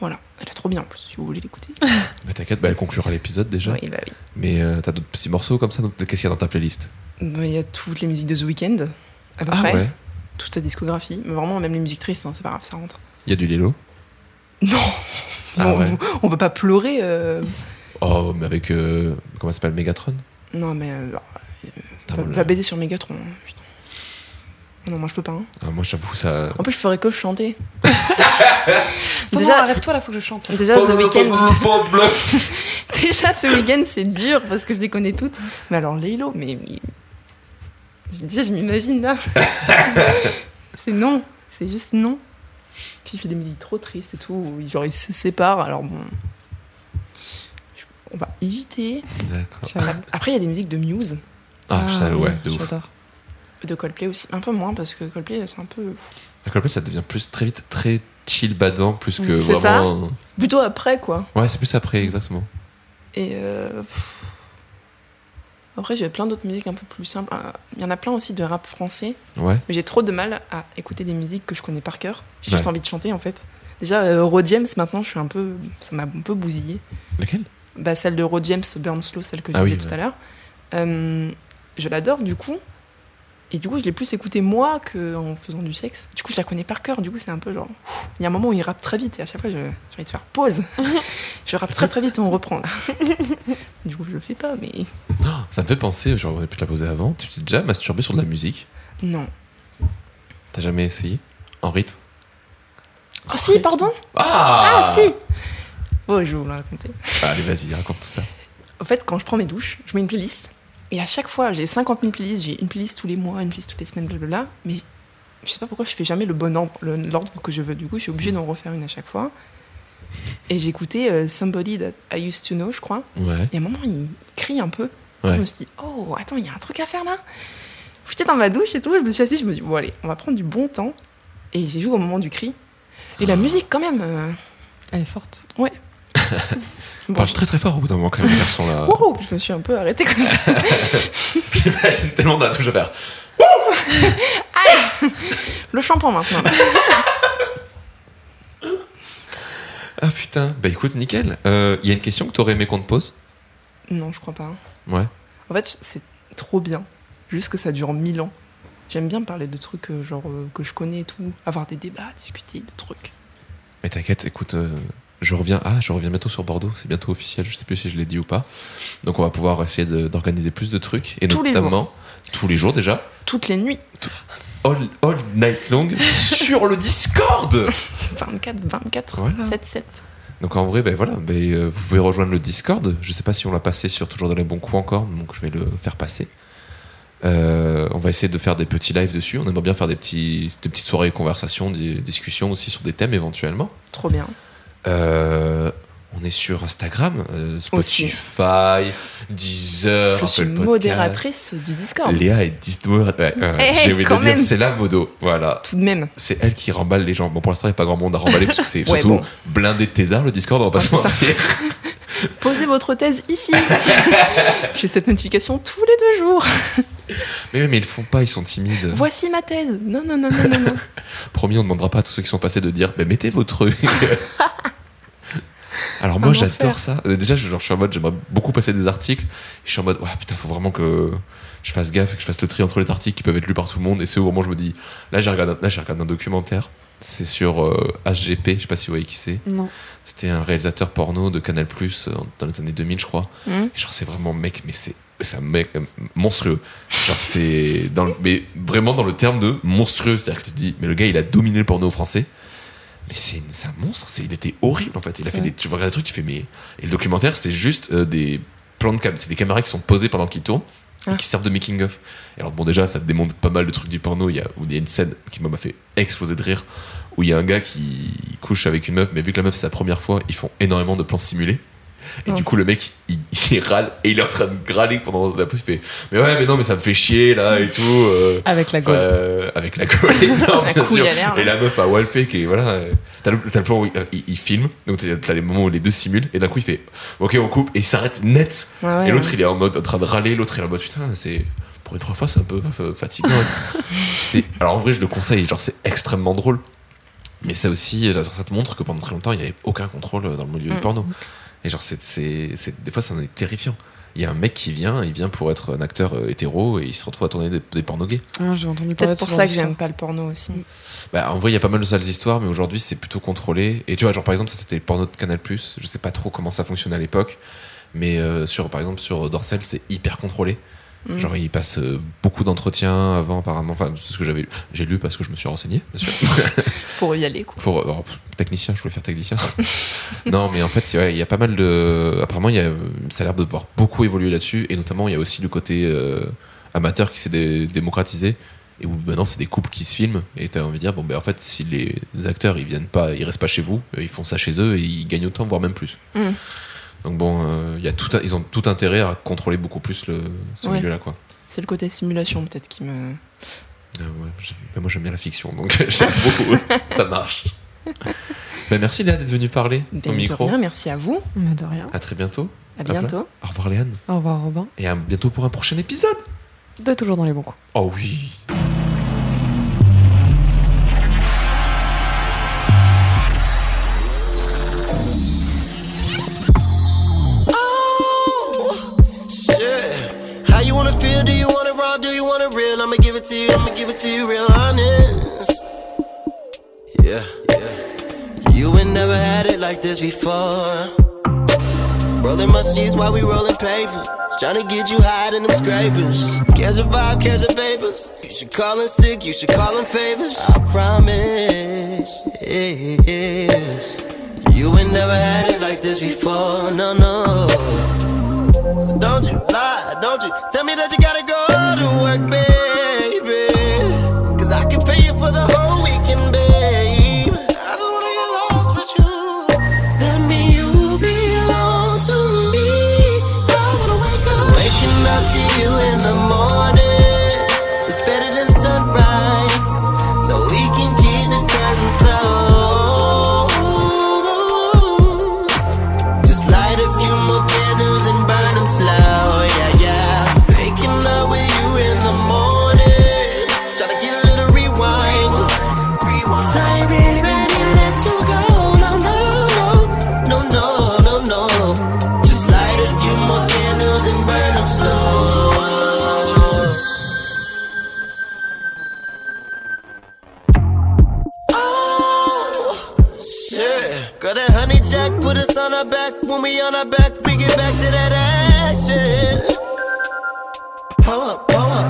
Voilà, elle est trop bien en plus, si vous voulez l'écouter. Mais t'inquiète, bah, elle conclura l'épisode déjà. Oui, bah oui. Mais euh, t'as d'autres petits morceaux comme ça donc, Qu'est-ce qu'il y a dans ta playlist Bah, Il y a toutes les musiques de The Weeknd, à peu Ah près, toute sa discographie, mais vraiment même les musiques tristes, hein, c'est pas grave, ça rentre. Il y a du Lilo. Non, Ah Non, ouais. on, on va pas pleurer. euh, Oh, mais avec. euh, comment ça s'appelle Megatron Non, mais euh, Ah, Putain, va, voilà. va baiser sur Megatron. hein, putain. Non, moi je peux pas. hein. Ah, moi, j'avoue, ça. En plus, je ferais que chanter. Déjà, déjà, arrête-toi là, faut que je chante. déjà, ce week-end, déjà ce week-end, c'est dur parce que je les connais toutes. Mais alors, Lélo, mais. mais- Déjà, je m'imagine là. c'est non, c'est juste non. Puis il fait des musiques trop tristes et tout, où genre ils se séparent, alors bon. je- On va éviter. D'accord. Après, il y a des musiques de Muse. Ah, ça, ouais, de ouf. J'adore. de Coldplay aussi. Un peu moins parce que Coldplay c'est un peu À Coldplay, ça devient plus très vite, très chill badant, plus que Mm, C'est ça. vraiment. plutôt après quoi. Ouais, c'est plus après, exactement. Et euh, pff. après j'ai plein d'autres musiques un peu plus simples. Euh, Il y en a plein aussi de rap français, Ouais. mais j'ai trop de mal à écouter des musiques que je connais par cœur. J'ai juste Ouais. envie de chanter en fait. Déjà euh, Ro James maintenant je suis un peu ça m'a un peu bousillé. Laquelle Bah celle de Ro James Burn Slow, celle que je Ah disais oui, tout ouais. à l'heure. Euh, je l'adore du coup. Et du coup, je l'ai plus écoutée moi qu'en faisant du sexe. Du coup, je la connais par cœur. Du coup, c'est un peu genre. ouf. Il y a un moment où il rappe très vite et à chaque fois, je- j'ai envie de faire pause. je rappe très très vite et on reprend là. du coup, je le fais pas, mais. Ah, Ça me fait penser, j'aurais pu te la poser avant. Tu t'es déjà masturbé sur de la musique Non. T'as jamais essayé En rythme Oh si, pardon Ah Ah si Bon, je vais vous la raconter. Bah, Allez, vas-y, raconte tout ça. En fait, quand je prends mes douches, je mets une playlist. Et à chaque fois, j'ai 50 000 playlists, j'ai une playlist tous les mois, une playlist toutes les semaines, blablabla. Mais je sais pas pourquoi je fais jamais le bon ordre, le- l'ordre que je veux. Du coup, je suis obligée d'en refaire une à chaque fois. Et j'écoutais euh, Somebody That I Used to Know, je crois. Ouais. Et à un moment, il, il crie un peu. Ouais. Je me suis dit, oh, attends, il y a un truc à faire là. J'étais dans ma douche et tout, je me suis assise, je me suis dit, bon, allez, on va prendre du bon temps. Et j'ai joué au moment du cri. Et la musique, quand même. euh, Elle est forte. On bon, Parle je- très très fort au bout d'un moment, quand même, les garçons là. Wouhou, je me suis un peu arrêtée comme ça. J'imagine tellement d'un touche à faire. Le shampoing maintenant. Ah putain. Bah écoute, nickel. Euh, Il y a une question que t'aurais aimé qu'on te pose Non, je crois pas. Ouais. En fait, c'est trop bien. Juste que ça dure mille ans. J'aime bien parler de trucs euh, genre euh, que je connais et tout, avoir des débats, discuter de trucs. Mais t'inquiète, écoute, euh, je reviens. Ah, je reviens bientôt sur Bordeaux. C'est bientôt officiel. Je sais plus si je l'ai dit ou pas. Donc on va pouvoir essayer de- d'organiser plus de trucs et Tous les notamment tous les jours déjà. Toutes les nuits, All, all night long sur le Discord. 24, 24, Voilà. 7, 7. Donc en vrai, ben voilà, ben, euh, vous pouvez rejoindre le Discord. Je sais pas si on l'a passé sur toujours dans les bons coups encore, donc je vais le faire passer. Euh, on va essayer de faire des petits lives dessus. On aimerait bien faire des, petits, des petites soirées de conversation, des discussions aussi sur des thèmes éventuellement. Trop bien. Euh, On est sur Instagram, euh, Aussi. Spotify, Deezer, Je suis Apple Podcast. modératrice du Discord. Léa est Discord. Ouais, ouais, Eh, J'ai oublié de quand le dire, même. c'est la modo. Voilà. Tout de même. C'est elle qui remballe les gens. Bon, pour l'instant, il n'y a pas grand monde à remballer parce que c'est Ouais, surtout bon. blindé de thésards le Discord, on va pas Ouais, se c'est ça. mentir. Posez votre thèse ici. J'ai cette notification tous les deux jours. Mais, oui, mais ils le font pas, ils sont timides. Voici ma thèse. Non, non, non, non, non. non. Promis, on demandera pas à tous ceux qui sont passés de dire bah, mettez vos trucs. Alors moi Un j'adore enfer. ça. Euh, Déjà je, genre, je suis en mode j'aimerais beaucoup passer des articles. Je suis en mode ouais putain faut vraiment que je fasse gaffe et que je fasse le tri entre les articles qui peuvent être lus par tout le monde. Et c'est au moment où je me dis là j'ai regardé, un- là, j'ai regardé un documentaire. C'est sur euh, HGP, je sais pas si vous voyez qui c'est. Non. C'était un réalisateur porno de Canal Plus euh, dans les années 2000 je crois. Hmm. Et genre, c'est vraiment mec, mais c'est c'est un mec euh, monstrueux. Genre, c'est. dans le- Mais vraiment dans le terme de monstrueux. C'est-à-dire que tu te dis, mais le gars, il a dominé le porno français. Mais c'est une- c'est un monstre. c'est- Il était horrible, en fait. Il a C'est fait vrai. des, tu regardes des trucs, tu fais, mais. Et le documentaire, c'est juste euh, des plans de cam. C'est des caméras qui sont posées pendant qu'il tourne et Ah. qui servent de making-of. Et Alors, bon, déjà, ça te démontre pas mal de trucs du porno. Il y a, où il y a une scène qui m'a fait exploser de rire où il y a un gars qui couche avec une meuf, mais vu que la meuf, c'est sa première fois, ils font énormément de plans simulés. Et Oh. du coup, le mec, il, il râle et il est en train de râler pendant la pause. Il fait Mais ouais, mais non, mais ça me fait chier là et tout. euh, Avec la gueule. euh, avec la gueule. Non, La bien couille sûr. à l'air, là. Et la meuf à Walpé qui est. Voilà. euh, T'as le, t'as le plan où il, euh, il- il filme, donc t'as t'as les moments où les deux simulent, et d'un coup, il fait Ok, on coupe, et il s'arrête net. Ah ouais, et l'autre, ouais. il est en mode en train de râler, l'autre, il est en mode Putain, c'est. Pour une trois fois, c'est un peu euh, fatigant. et tout. C'est- Alors en vrai, je le conseille, genre, c'est extrêmement drôle. Mais ça aussi, euh, genre, ça te montre que pendant très longtemps, il n'y avait aucun contrôle euh, dans le milieu du Mm. porno. Et genre, c'est, c'est, c'est- des fois, ça en est terrifiant. Il y a un mec qui vient, il vient pour être un acteur euh, hétéro et il se retrouve à tourner des, des pornos gays. Ah, J'ai entendu parler Peut-être de pour ce ça genre que d'histoire. j'aime pas le porno aussi. Bah, en vrai, il y a pas mal de sales histoires, mais aujourd'hui, c'est plutôt contrôlé. Et tu vois, genre, par exemple, ça, c'était le porno de Canal+. Je sais pas trop comment ça fonctionnait à l'époque. Mais euh, sur, par exemple, sur Dorsel, c'est hyper contrôlé. Mm. Genre, il passe euh, beaucoup d'entretiens avant, apparemment. Enfin, c'est ce que j'avais lu. J'ai lu parce que je me suis renseigné, bien sûr. Pour y aller, quoi. Pour, alors, oh, pff, technicien, je voulais faire technicien. non, mais en fait, c'est vrai, il y a pas mal de. Apparemment, il y a, ça a l'air de devoir beaucoup évoluer là-dessus. Et notamment, il y a aussi le côté euh, amateur qui s'est dé- démocratisé. Et où maintenant, c'est des couples qui se filment. Et t'as envie de dire, bon, ben en fait, si les acteurs, ils viennent pas, ils restent pas chez vous, euh, ils font ça chez eux et ils gagnent autant, voire même plus. Mm. Donc bon, euh, il y a tout, un- ils ont tout intérêt à contrôler beaucoup plus le, ce Ouais. milieu-là, quoi. C'est le côté simulation, peut-être, qui me. Ah ouais, j'ai- bah moi j'aime bien la fiction, donc j'aime beaucoup, ça marche. Bah, merci Léa d'être venue parler Ben, au de micro. rien, merci à vous. Mais de rien. À très bientôt. À Hop là. bientôt. Au revoir Léane. Au revoir, Robin. Et à bientôt pour un prochain épisode. De toujours dans les bons coups. Oh oui. Shit. How you wanna feel? Do you want it raw? Do you want it real? I'ma give it to you. I'ma give it to you real honest. Yeah, yeah. You ain't never had it like this before. Rolling my sheets while we rolling paper. Tryna get you high in them scrapers. Catch a vibe, catch a vapors. You should call in sick, you should call in favors. I promise. You ain't never had it like this before. No, no. So don't you lie, don't you tell me that you gotta go to work, baby. Cause I can pay you for the whole weekend, babe. I just wanna get lost with you. That mean you belong to me. I wanna wake up. Waking up to you in the morning. It's better than sunrise. So we can keep the curtains closed. Just light a few more candles and burn them slow, yeah, yeah. Waking up with you in the morning. Try to get a little rewind. 'Cause I ain't really ready to let you go. No, no, no, no, no, no, no. Just light a few more candles and burn them slow. Oh, shit. Girl, that honey jack put us on our back. When we on our back, we get back to that action. Pull up, pull up,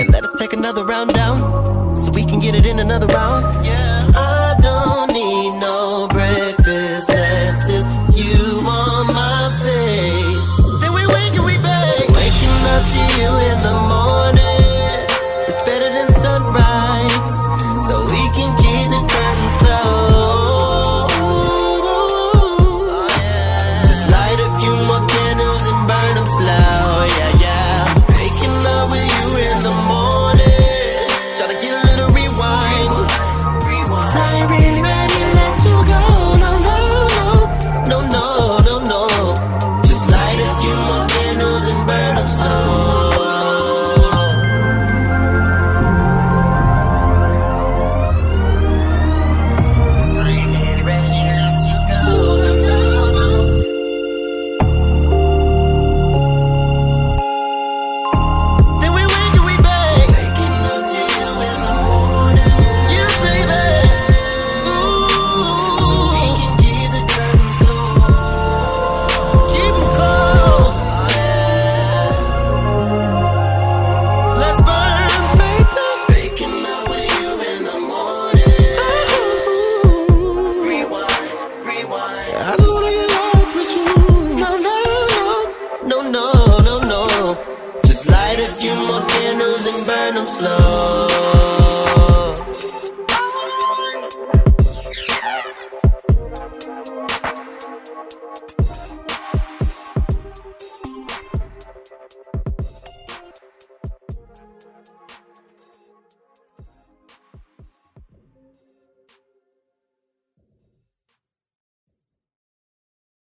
and let us take another round down. So we can get it in another round. Yeah.